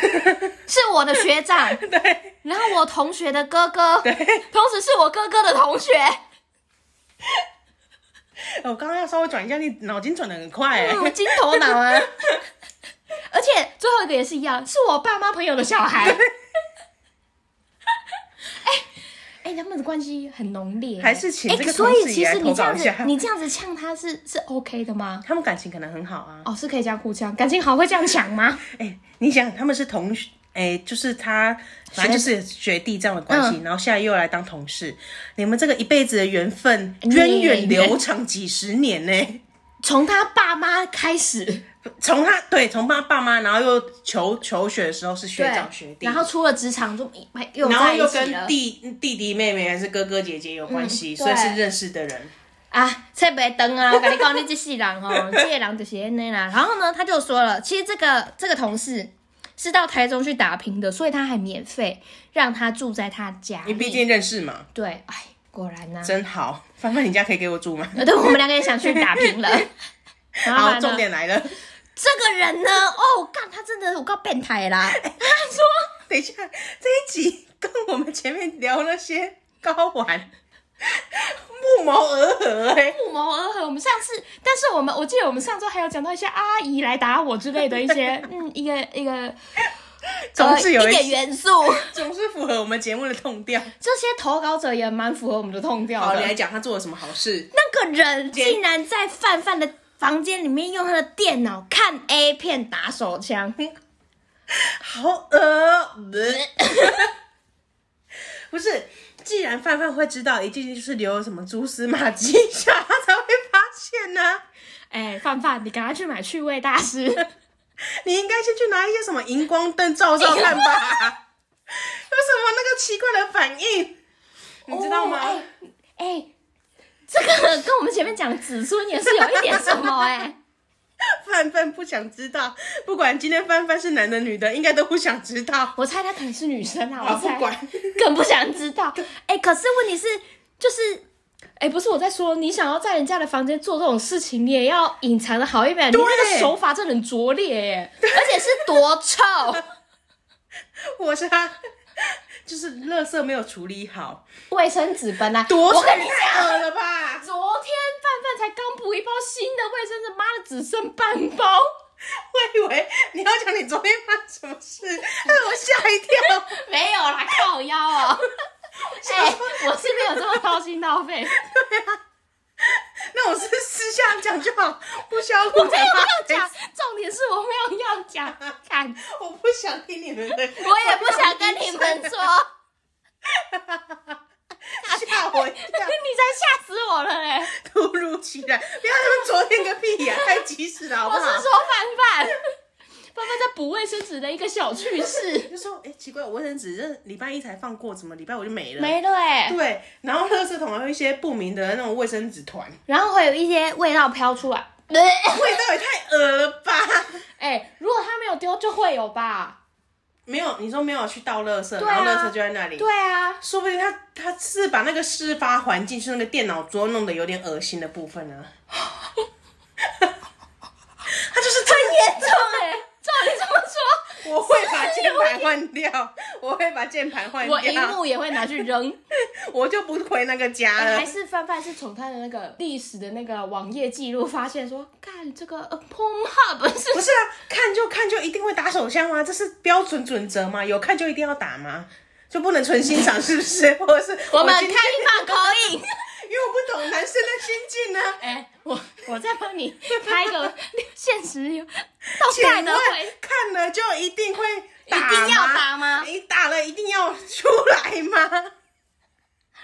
是我的学
(laughs)
长，对，然后我同学的哥哥，对，同时是我哥哥的同学，
哎我刚刚要稍微转一下，你脑筋转的很快、哎、
嗯，金头脑啊，而且最后一个也是一样，是我爸妈朋友的小孩，哎哎，他们的关系很浓烈，
还是请
哎
这个
所
同
以
事
其
也来
实你
投
这
稿
样
一
子
下，。
你这样子呛他是是 OK 的吗？
他们感情可能很好啊。
哦，是可以这样互呛，感情好会这样抢吗？
哎、你想他们是同学，哎、就是他，反正就是学弟这样的关
嗯
系，然后现在又来当同事，你们这个一辈子的缘分
孽
源远流长几十年呢、
从他爸妈开始，
从他对从他爸妈，然后又求求学的时候是学长学弟，
然后出了职场就哎又
然后
在一
又
起
跟
了
弟弟弟妹妹还是哥哥姐姐有关系，
嗯
所以
对
是认识的人。
啊，切别灯啊！我跟你讲，你这世人吼， (laughs) 这个人就是安尼啦。然后呢，他就说了，其实这个这个同事是到台中去打拼的，所以他还免费让他住在他家里。
你毕竟认识嘛，
对，哎，果然呐、啊，
真好。范范，你家可以给我住吗？
呃对，我们两个也想去打拼
(laughs)
了。然后
好，
呢
重点来了。
这个人呢，哦，干，他真的我告变态啦！
等一下，这一集跟我们前面聊那些高玩不谋而合哎、
不谋而嗯合。我们上次，但是我们我记得我们上周还有讲到一些阿姨来打我之类的一些，嗯，一个一个
(laughs) 总是有
呃一
一
点
些，
元素，
总是符合我们节目的痛调。
这些投稿者也蛮符合我们的痛调
好，你来
的。
讲他做了什么好事？
那个人
姐
竟然在范范的房间里面用他的电脑看 A 片打手枪。
好呃，不是，既然范范会知道，一定就是留有什么蛛丝马迹一下，他才会发现呢、
哎、范范，你赶快去买趣味大
(laughs)
师。
你应该先去拿一些什么荧光灯照照看吧。有什 (laughs) 么那个奇怪的反应，你知道吗？
哦
哎、这个跟我们前面讲的子孙也是有一点什么哎、
(laughs)
范范不想知道，不管今天范范是男的女的，应该都不想知道。
我猜她可能是女生啊，
好，
我猜
不管，
(laughs)
更不想知道。哎、可是问题是，就是
哎、不是我在说，你想要在人家的房间做这种事情，你也要隐藏的好一点。你
对
那个手法真的很拙劣耶。
而且是多
(laughs)
臭，
我是他，就是垃圾没有处理好，
卫生纸本来
多
我
太
跟你讲，
恶了吧！
昨天范范才刚补一包新的卫生纸，妈的只剩半包，
我以为你要讲你昨天发生什么事，害我吓一跳。
(laughs) 没有啦，靠腰哦。 (laughs) 哎、我是没有这么掏心掏肺，
那我是私下讲就好，不需
(laughs)
要
我
公
没
开
有
发
要讲，重点是我没有要讲， (laughs) 看，
我不想听你们的，
我也不想跟你
(laughs)
们说，
吓我
(laughs)
一跳，
你才吓死我了嘞！
突如其来，不要他们昨天个屁呀、太及时了好
我
不
是
好？
说范范， (laughs) 范范在补卫生纸的一个小趣事，
就说，哎、奇怪，我卫生纸这礼拜一才放过，怎么礼拜五就没
(laughs)
了？
没了哎、
对，然后垃圾桶还有一些不明的那种卫生纸团， (laughs)
然后会有一些味道飘出来，
味道也太恶了吧！
(laughs) 哎、如果他没有丢，就会有吧？
没有，你说没有去倒垃圾，
啊
然后垃圾就在那里。
对啊，
说不定他他是把那个事发环境，就是那个电脑桌弄得有点恶心的部分 (laughs) 呢。他就是真
严重哎、照你这么说，
的，我会把键盘换掉，我会把键盘换
我荧
掉，
幕也会拿去 (laughs) 扔。
我就不回那个家
哎
了
还。是范范是从他的那个历史的那个网页记录发现说，看这个 p o r n h u b 是
(laughs) 不是啊，看就看就一定会打手枪吗？这是标准准则吗？有看就一定要打吗？就不能纯欣赏是不是？ (laughs) 或者是
我们
今
开
天
放口音，
因为我不懂男生的心境啊呢、
(laughs)
哎、我我再帮你开 (laughs) 个现实有动
请
态
问
的会，
看了就一定会打吗
一定要打吗
你打了一定要出来
(laughs)
吗？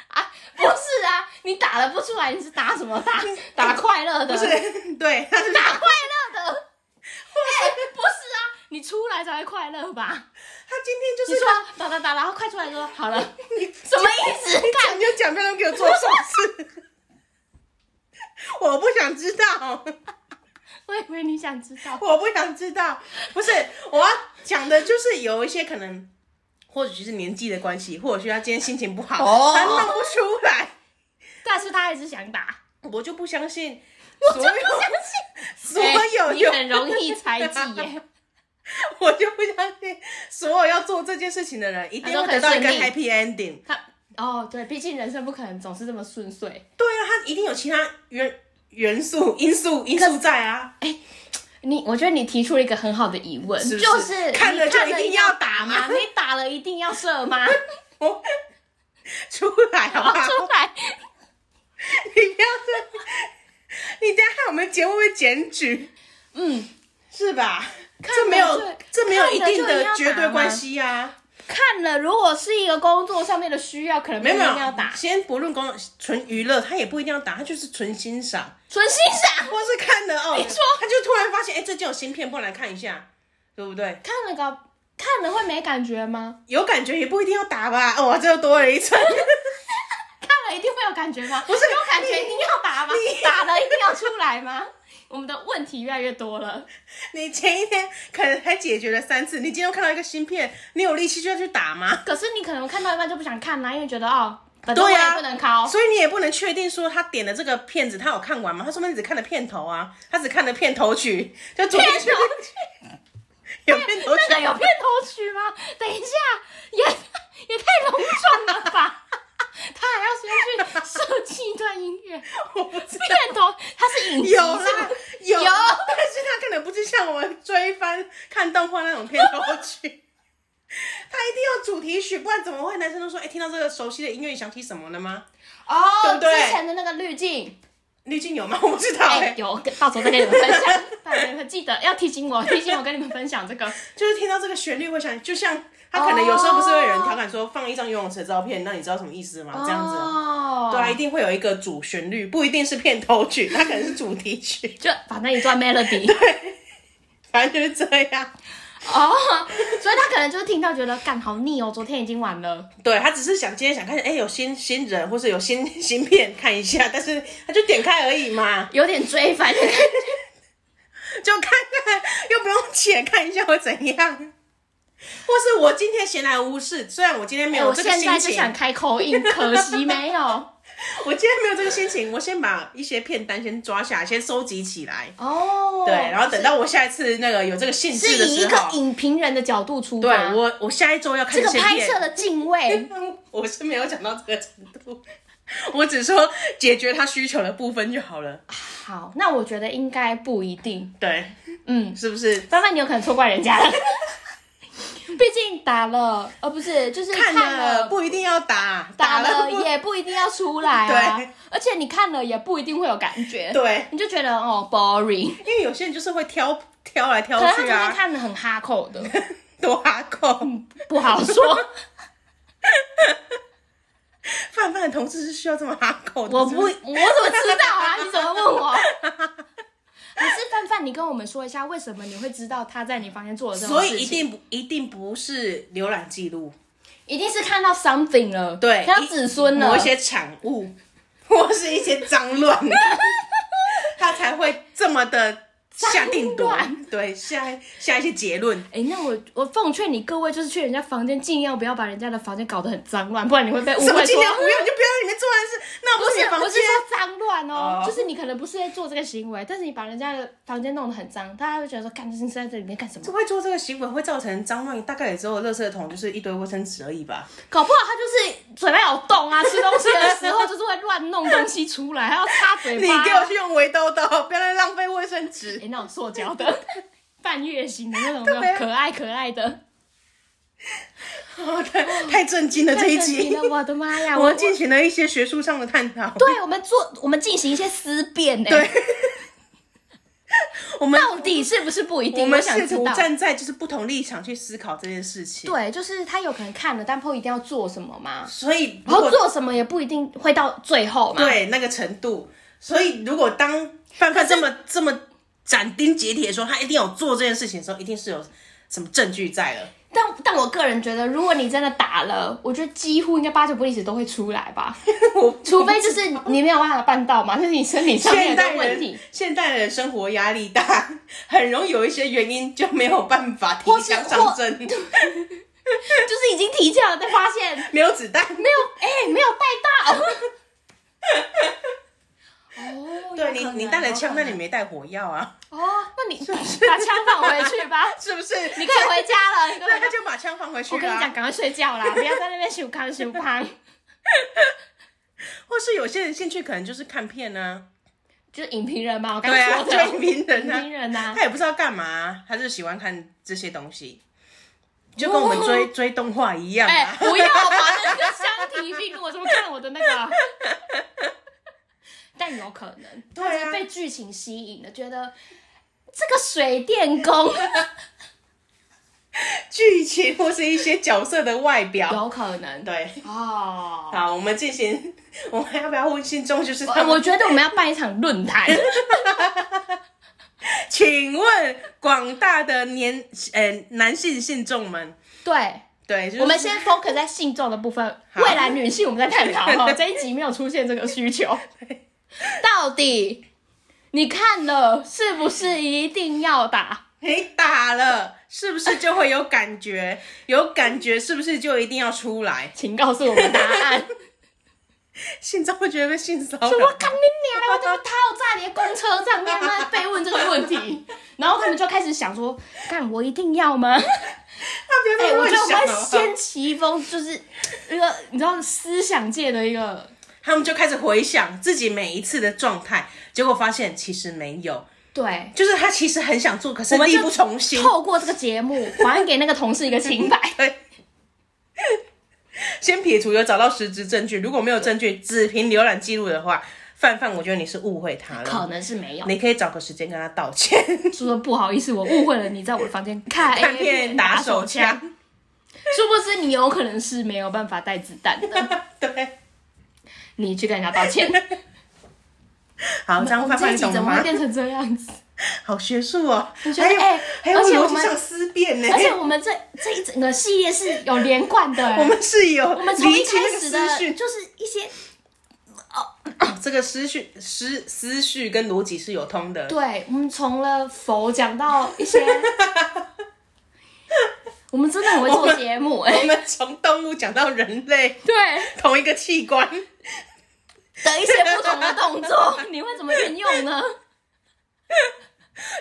啊，不是啊，你打了不出来，你是打什么打？打快乐的，
不是， (laughs) 对，他是
打快乐的，哎、不是啊，你出来才会快乐吧？
(laughs) 他今天就
你
是
说打打打，然后快出来说好了，
你
啊 (laughs) 什么意思？
讲就讲，不要给我做手势。 (laughs) 我不想知道，
我以为你想知道，
我不想知道，不是我要讲的就是有一些可能，或许是年纪的关系，或许他今天心情不好，
哦
他弄不出来，
但是他还是想打，
我就不相信
(laughs) 我就
所
不
有
相信。
所有
哎你
有
很容易猜忌 (laughs) 耶，
(laughs) 我就不相信所有要做这件事情的人一定会得到一个
他都很
happy ending。
他哦，对，毕竟人生不可能总是这么顺遂。
对啊，他一定有其他元元素、因素、因素在啊，
你，我觉得你提出了一个很好的疑问，
是不
就是是
看了
你
就
看
一
了
定
要
要打
吗？
吗？
你打了一定要射
(laughs)
吗？
我哦出来好
然
不
后
好？
出来，
你不要这， (laughs) 你等一下害我们节目被检举，
嗯，
是吧？
看
这没
了
有
就
这没有
看了
定
就一定
的
要
绝
打
对
吗
关系呀、啊。
看了，如果是一个工作上面的需要，可能不
没
一
有没
定
有
要打，
先不论光纯娱乐，他也不一定要打，他就是纯欣赏，
纯欣赏。
或是看了哦，
没错
他就突然发现，哎、这件有新片，不然来看一下，对不对？
看了搞看了会没感觉吗？
有感觉也不一定要打吧，哦，这又多了一层。 (laughs)
看了一定会有感觉吗？
不是
有感觉一定要打吗？打了一定要出来吗？我们的问题越来越多了，
你前一天可能还解决了三次，你今天又看到一个新片，你有力气就要去打吗？
可是你可能看到一半就不想看啦，因为觉得哦，反正我
对
也
啊
不能考，
所以你也不能确定说他点的这个片子他有看完吗？他说不定只看了片头啊，他只看了片头曲，就昨天
(laughs)
去
片头
有片头曲，
那个有片头曲
(laughs)
吗？等一下，也也太隆重了
(laughs)
吧！他还要先去设计一段音乐，
我不知道。
片头它是影集
有
是
啦 (laughs)
吗，
有，
有
但是他可能不是像我们追番看动画那种片头曲， (laughs) 他一定要主题曲，不然怎么会男生都说，哎、听到这个熟悉的音乐，你想起什么了吗？
哦，
对不对
之前的那个滤镜，
滤镜有吗？ (laughs) 我不知道、
哎、
哎、
有，到时候再跟你们分享，大家记得要提醒我，提醒我跟你们分享这个。
就是听到这个旋律会想，就像他可能有时候不是会有人调侃说放一张游泳池的照片，那你知道什么意思吗？这样子。
哦，
对啊，一定会有一个主旋律，不一定是片头曲，它可能是主题曲， (laughs)
就反正一段 melody
反正就是这样。
哦，所以他可能就是听到觉得干好腻哦，昨天已经晚了，
对他只是想今天想看，哎、有新新人或是有新 (laughs) 新片看一下，但是他就点开而已嘛，
有点追番的感觉。
就看看又不用钱看一下会怎样，或是我今天闲来无事，虽然我今天没
哎
有
我
这个
现在
心
就
情，
想开口音，可惜没有。
(laughs) 我今天没有这个心情，我先把一些片单先抓下来，先收集起来，
哦，
对，然后等到我下一次那个有这个兴致
是
的
以一
时
个
候，
影评人的角度出
对
发，
我我下一周要看
这个
新
拍
片
摄的敬畏。
(laughs) 我是没有讲到这个程度， (laughs) 我只说解决他需求的部分就好了。
好，那我觉得应该不一定，
对，
嗯，
是不是？
范范你有可能错怪人家 (laughs) 了，毕竟打了，呃，不是，就是
看了
了。
不一定要打，
打
了
了
不
也不一定要出来啊
对，
而且你看了也不一定会有感觉，
(laughs) 对，
你就觉得哦 boring，
因为有些人就是会挑挑来挑
可是他就
去
会
啊，
看的很哈口的，
(laughs) 多哈扣。
不好说。
范范的同事是需要这么哈扣的，
我
是
不，我
不
怎么知道啊？你怎么问 (laughs) 我？可是范范，你跟我们说一下，为什么你会知道他在你房间做了这
是，
种
所
事情？
以一定不一定不是浏览记录，
一定是看到 something 了，
对，
看到子孙了，
某一些产物 (laughs) 或是一些脏
(laughs)
乱，他才会这么的下定
脏
夺
乱，
对，下下一些结论。
哎、那我我奉劝你各位，就是去人家房间，尽量不要把人家的房间搞得很脏乱，不然你会被误
(laughs) 什么
会
尽
说。
量不要，你就不要在里面做完事，
(laughs)
那
不
我不是
是
你的房
不是
间。
说脏乱哦
哦
就是你可能不是在做这个行为，但是你把人家的房间弄得很脏，大家会觉得说，干，这是在这里面干什么
这？会做这个行为会造成脏乱，大概也只有垃圾桶就是一堆卫生纸而已吧。
搞不好他就是嘴巴有洞啊，吃东西的时候就是会乱弄东西出来，还要擦嘴
你
巴啊、
给我去用围兜兜，不要再浪费卫生
哎、
纸。
那种塑胶的 (laughs) 半月形的那种，有没
对
有
啊
可爱可爱的。
哦，太太震惊了这一
太神奇
集
了，我的妈呀！
我
我
们进行了一些学术上的探讨。
对我们做，我们进行一些思辨呢、 (laughs)
对，我们
到底是不是不一定？
我们
想
试
知
图
道。
站在就是不同立场去思考这件事情。，
对，就是他有可能看了，但不一定要做什么嘛。
所以如
然后
果
做什啊么也不一定会到最后嘛。，
对那个程度，所以如果当范范这么这么斩钉截铁地说他一定有做这件事情的时候，一定是有什么证据在了。
但但我个人觉得，如果你真的打了，我觉得几乎应该八九不离十都会出来 (laughs) 吧，
我
除非就是你没有办法办到嘛，就是 (laughs) 你身体上面
现代
的问题
人。现代人生活压力大，很容易有一些原因就没有办法提
或是
枪上
就
阵，
是已经提交了，但发 (laughs) 现
(laughs) 没有子弹。
没有，哎、没有带到。 (laughs) 哦，
对
有
你
可，能
你带了
有
枪，
可
那
能
你没带火药啊，
哦，那你把枪放回去 (laughs) 吧，
是不是？
你可以回家了。你可以
对，
回
他
家
就把枪放回去
我
了
跟你
啊、
(laughs) 讲，赶快睡觉啦，不要在那边修康修胖。
或是有些人兴趣可能就是看片啊呢、
(laughs) 就是影评人嘛，我
啊，
刚
对
刚
啊，
说的，
就影评
(laughs) 影
人
评
啊，
人呐、
他也不知道干嘛、他就喜欢看这些东西，就跟我们追、追动画一样、啊。
哦哎、不要把那个相提并论，我怎么看我的那
(laughs)
个？但有可能，
对啊
他是被剧
(laughs)
情吸引的，觉得这个水电工
剧情或是一些角色的外表。
有可能。
对，
哦，
好，我们进行， (laughs) 我们要不要问信众？就是他
哎
们
我觉得我们要办一场论坛，
请问广大的年呃男性信众们，
对。
对，就是、
我们先 focus 在性重的部分，
好
未来女性我们再探讨
(laughs)
哈。这一集没有出现这个需求，到底你看了是不是一定要打？
你打了，是不是就会有感觉？有感觉是不是就一定要出来？
请告诉我们答案。
信众会觉得被性骚
就我
扰，
看你娘的，我就是套在你的公车上面，他妈被问这个问题， (laughs) 然后他们就开始想说，干我一定要吗？
他不要
哎、
被
我
问
觉得我
想哦
会
了吧
掀起一风，就是一个你知道思想界的一个
他们就开始回想自己每一次的状态，结果发现其实没有，
对。
就是他其实很想做，可是
我们
力
就
不从心。
透过这个节目还给那个同事一个清白。
对， (laughs) 先撇除有找到实质证据，如果没有证据，只凭浏览记录的话，范范，我觉得你是误会他了。
可能是没有，
你可以找个时间跟他道
(laughs)
歉，
说不好意思，我误会了你在我的房间看
看
A。
(laughs) 片打手枪。
殊不知你有可能是没有办法带子弹的，
对，
你去跟人家道
(laughs)
歉。
好，这样
我们这
范范
一
你
集
懂
怎么会
吗？
变成这样子？
好学术哦，
觉得
还有
哎
还有
而且
逻
我
辑
们
上思辨呢
(laughs) 而。且我们这这一整个系列是有连贯的、
(laughs)
欸
我们是有
(laughs) 我们从一
厘清
开
那个
始
思
的，
绪，
就是一些
这个思绪思思绪跟逻辑是有通的。
对，我们从了佛讲到一 (laughs) 些，我们真的很会做节目哎、
我们从动物讲到人类，
对
同一个器官， (laughs)
的一些不同的动作， (laughs) 你会怎么运用呢？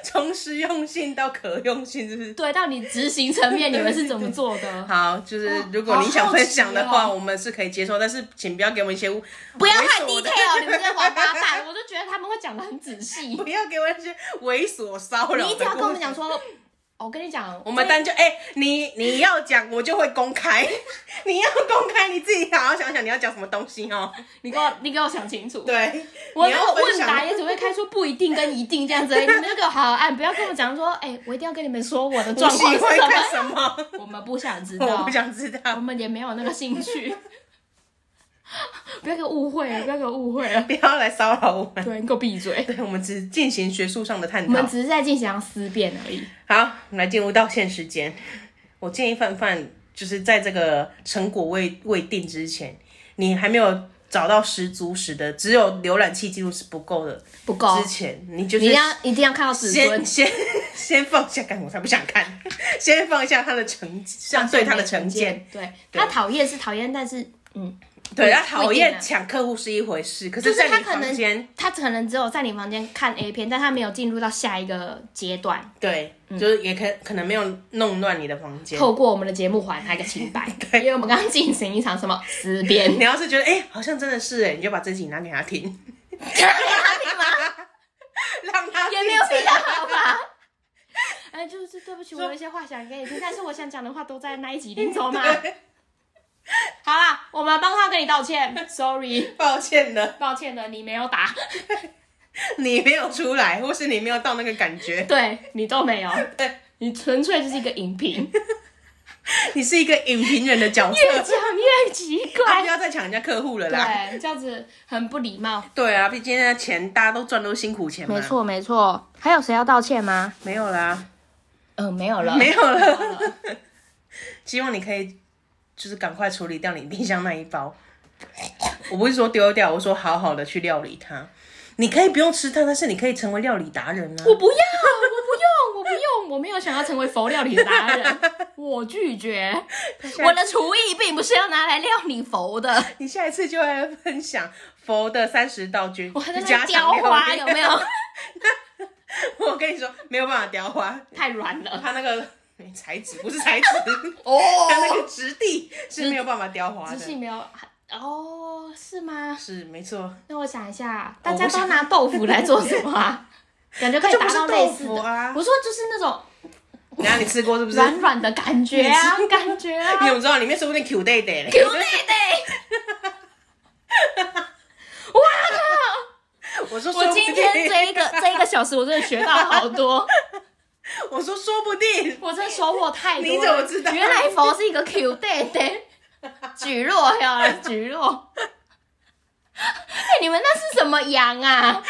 从实用性到可用性，是不是？
对，到你执行层面，你们是怎么做的？
好，就是
哦
如果你想分享的
好
话，
好奇哦
我们是可以接受，但是请不要给我们一些无
(laughs) 不要太
猥琐的 (laughs)
detail，你们在王八蛋， (laughs) 我就觉得他们会讲的很仔细。 (laughs)
不要给我一些猥琐骚扰。
你一定要跟我们讲，说，哦我跟你讲，
我们单就哎、你你要讲，我就会公开。 (laughs) 你要公开，你自己好好想想你要讲什么东西哦。
你给我，你给我想清楚。
对，
(laughs) 我
你
那
要
个
分
问答
享。
也只会开出不一定跟一定这样
(laughs)
子而已，你们就给我好好按，不要跟我讲说，哎、我一定要跟你们说我的
主
状
席
况是
会
什
看
么，
什么？
我们不想知
我
道
不，想知
我
道， (laughs)
们也没有那个兴趣。 (laughs) 不要给我误会了，不要给我误会了。
不要来骚扰我们。
对，你给我闭嘴。
对，我们只进行学术上的探
我们
讨。
只是在进行思辨而已。
好，我们来进入到现时间。我建议范范，就是在这个成果未未定之前，你还没有找到十足十的，只有浏览器记录是不够的。
不够
之前你就是
哦你一定要一定要看到尺
先
寸，
先先放下，干我才不想看， (laughs) 先放下他的成，像对他的成见。，
对他讨厌是讨厌，但是嗯，
对
不
他
一
讨
定
厌
啊
抢客户是一回事，可
就是
在
他
你
可
房
能
间，
他可能只有在你房间看 A 片，但他没有进入到下一个阶段，
对，就是也可可能没有弄乱你的房间。
透过我们的节目还他一个清白，
(laughs) 对
因为我们刚刚进行一场
(laughs)
什么思辨，
你要是觉得哎、好像真的是哎、你就把自己拿给他听， (laughs) 让他
也没有必要吧。 (laughs) 哎，就是对不起，我有一些话想给
(laughs)
你听，但是我想讲的话都在那一集里头嘛。好啦，我们帮他跟你道歉，sorry，
抱歉了，
抱歉了，你没有
(laughs)
打，
你没有出来，或是你没有到那个感觉，
对你都没有，
对
你纯粹就是一个影
(laughs)
评，
你是一个影评人的角
越
色，
讲越奇
(laughs) 他
怪
不。要再抢人家客户了啦。
对，这样子很不礼貌。
对啊，毕竟那钱大家都赚都辛苦钱嘛。
没，错没错，还有谁要道歉吗？
没有啦，
嗯、没有了，
(laughs) 没有了。
有了。
希望你可以就是赶快处理掉你冰箱那一包。我不是说丢掉，我说好好的去料理它。你可以不用吃它，但是你可以成为料理达人啊。
我不要，我不用，我不用，我没有想要成为佛料理达 (laughs) 人，我拒绝。我的厨艺并不是要拿来料理佛的，
你下一次就来分享佛的三十道君，
(laughs) 我还在
加
那
上
雕花，
料
有
理
没有？？
(laughs) 我跟你说，没有办法雕花，
(laughs) 太软了
它那个材质不是材质，它那
(laughs) 哦，
个质地是没有办法雕花
只哦是
的。
没有。哦，是吗？
是没错，
那我想一下，
哦
大家
我
都
想
拿豆腐来做什么啊？ (laughs) 感觉可以
它就
达
不是
到类似
豆腐
的。
啊
我说就是那种
然后你吃过是不是？
软软的感觉啊，感觉啊。 (laughs)
你怎么知道里面说不定 Q day day 嘞？
Q 妹 (laughs) 妹，哇
我
我
说说不
今
定
(laughs) (laughs) 天这一个这一个小时，我真的学到好多。
我说说不定，
我真的收获太多了。
你怎么知道
原来佛是一个 Q 弟弟， (laughs) 举落呀，举落。哎、你们那是什么羊啊？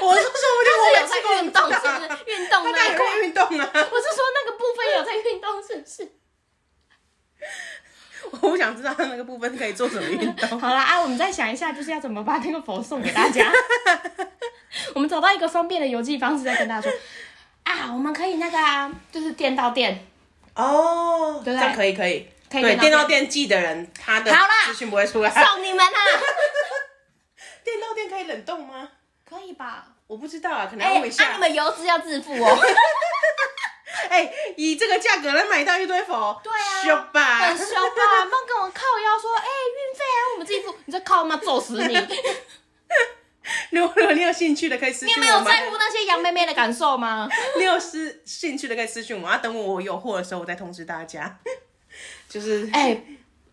我说说不定我
是
每
有
次
在
都
运
不
动，
知
是
道
不
啊
是？运动
他
那
当
一
然
块。
会运动
(laughs)
啊！
我是说那个部分有在运动，是不是？
我不想知道他那个部分可以做什么
(laughs)
运动。
好啦，啊，我们再想一下，就是要怎么把那个佛送给大家。 (laughs) 我们找到一个方便的邮寄方式，再跟大家说啊，我们可以那个啊，就是店到店。
哦，
对不
这
对
样可以可以。
可以
对，
电
电
到
到店寄的人，他的
好啦
资讯不会出来。
(laughs) 送你们啊，
电到店可以冷冻吗？
可以吧？
我不知道啊，可能
哎、
要问一
那、
下
你。们邮资要自付哦，
哎、以这个价格来买到一堆佛，
对啊
凶吧？
很凶啊吧？不要跟我靠腰说，哎、运费啊，我们自己付，你这靠妈揍死 (laughs) 你！你
如果如果你有兴趣的，可以私
有
信
没
我
有
们。
在乎那些羊妹妹的感受吗？
你有私兴趣的可以私信我，啊，等我有货的时候，我再通知大家。 (laughs) 就是
哎、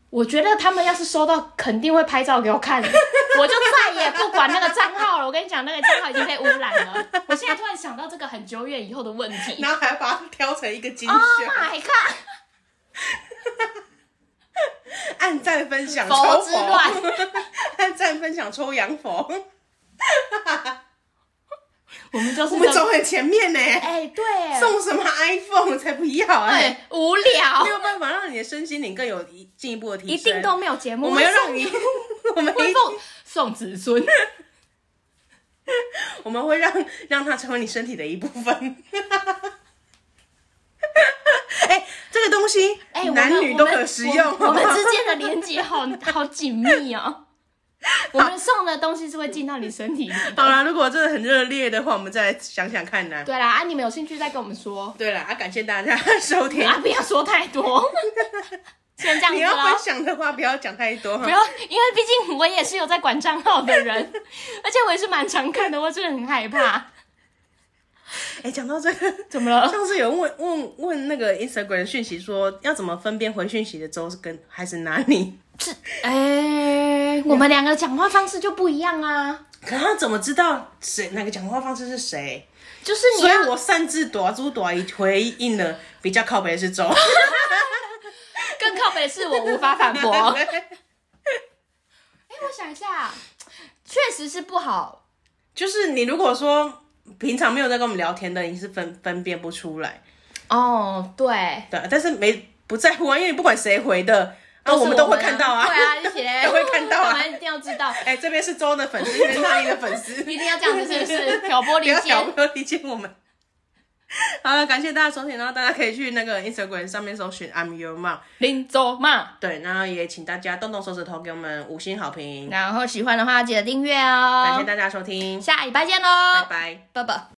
我觉得他们要是收到，肯定会拍照给我看， (laughs) 我就再也不管那个账号了。我跟你讲，那个账号已经被污染了。 (laughs) 我现在突然想到这个很久远以后的问题。
然后还要把它挑成一个精
Oh
选
my god！
按赞分享抽
佛之
佛 (laughs)
乱，
按赞分享抽
(laughs)
洋佛，
我们就是
我们
这
走很前面呢、
哎、对，
送什么 iPhone 才不要
哎、
哎、
无聊
没，有办法让你的身心灵更有一进一步的提
一
升。
定都没有节目。
我们要让
送
你， (laughs) 我们
会
一
送送子孙。
我们会让让它成为你身体的一部分。 (laughs) 哎、这个东西、
哎、我们
男女都可食用， (laughs)
我们我
好不
们
好
之间的连接好好紧密
(laughs)
哦。我们送的东西是会进到你身体里的。
好啦，如果真的很热烈的话，我们再来想想看呢。
对啦，啊，你们有兴趣再跟我们说。
对了，啊，感谢大家收听。
啊，不要说太多，先这样
你
子
要
啦
分。享的话，不要讲太多
不
哈。
要，因为毕竟我也是有在管账号的人，而且我也是蛮常看的，我真的很害怕。
哎，讲到这个，
怎么了？
上次有人问问问那个 Instagram 讯息说，要怎么分辨回讯息的周是跟还是哪里？
是，哎、我们两个讲话方式就不一样啊。
可他怎么知道谁哪个讲话方式是谁？
就是你啊
所
要
以我擅自啊短租短一回应了比较靠北的是周。
更靠北的是我无法反
(laughs)
驳。哎、
对
我想一下，确实是不好
就是你如果说平常没有在跟我们聊天的，你是分分辨不出来，
哦。对，
对啊，但是没不在乎啊，因为不管谁回的啊，
是
我们都会看到啊。
对啊，一起嘞
都会看到啊
我们一定要知道，
(laughs) 哎、这边是周的粉丝，这边是那里的粉丝，
一定要这样子，是不是？挑拨
(laughs) 不
离
要挑
间。
拨理解我们。好了，感谢大家收听，然后大家可以去那个 Instagram 上面搜寻 I'm Your Mom，
林州嘛，
对，然后也请大家动动手指头给我们五星好评，
然后喜欢的话记得订阅
感
哦。
谢大家收听，
下礼拜见
拜
喽，
拜。
拜拜。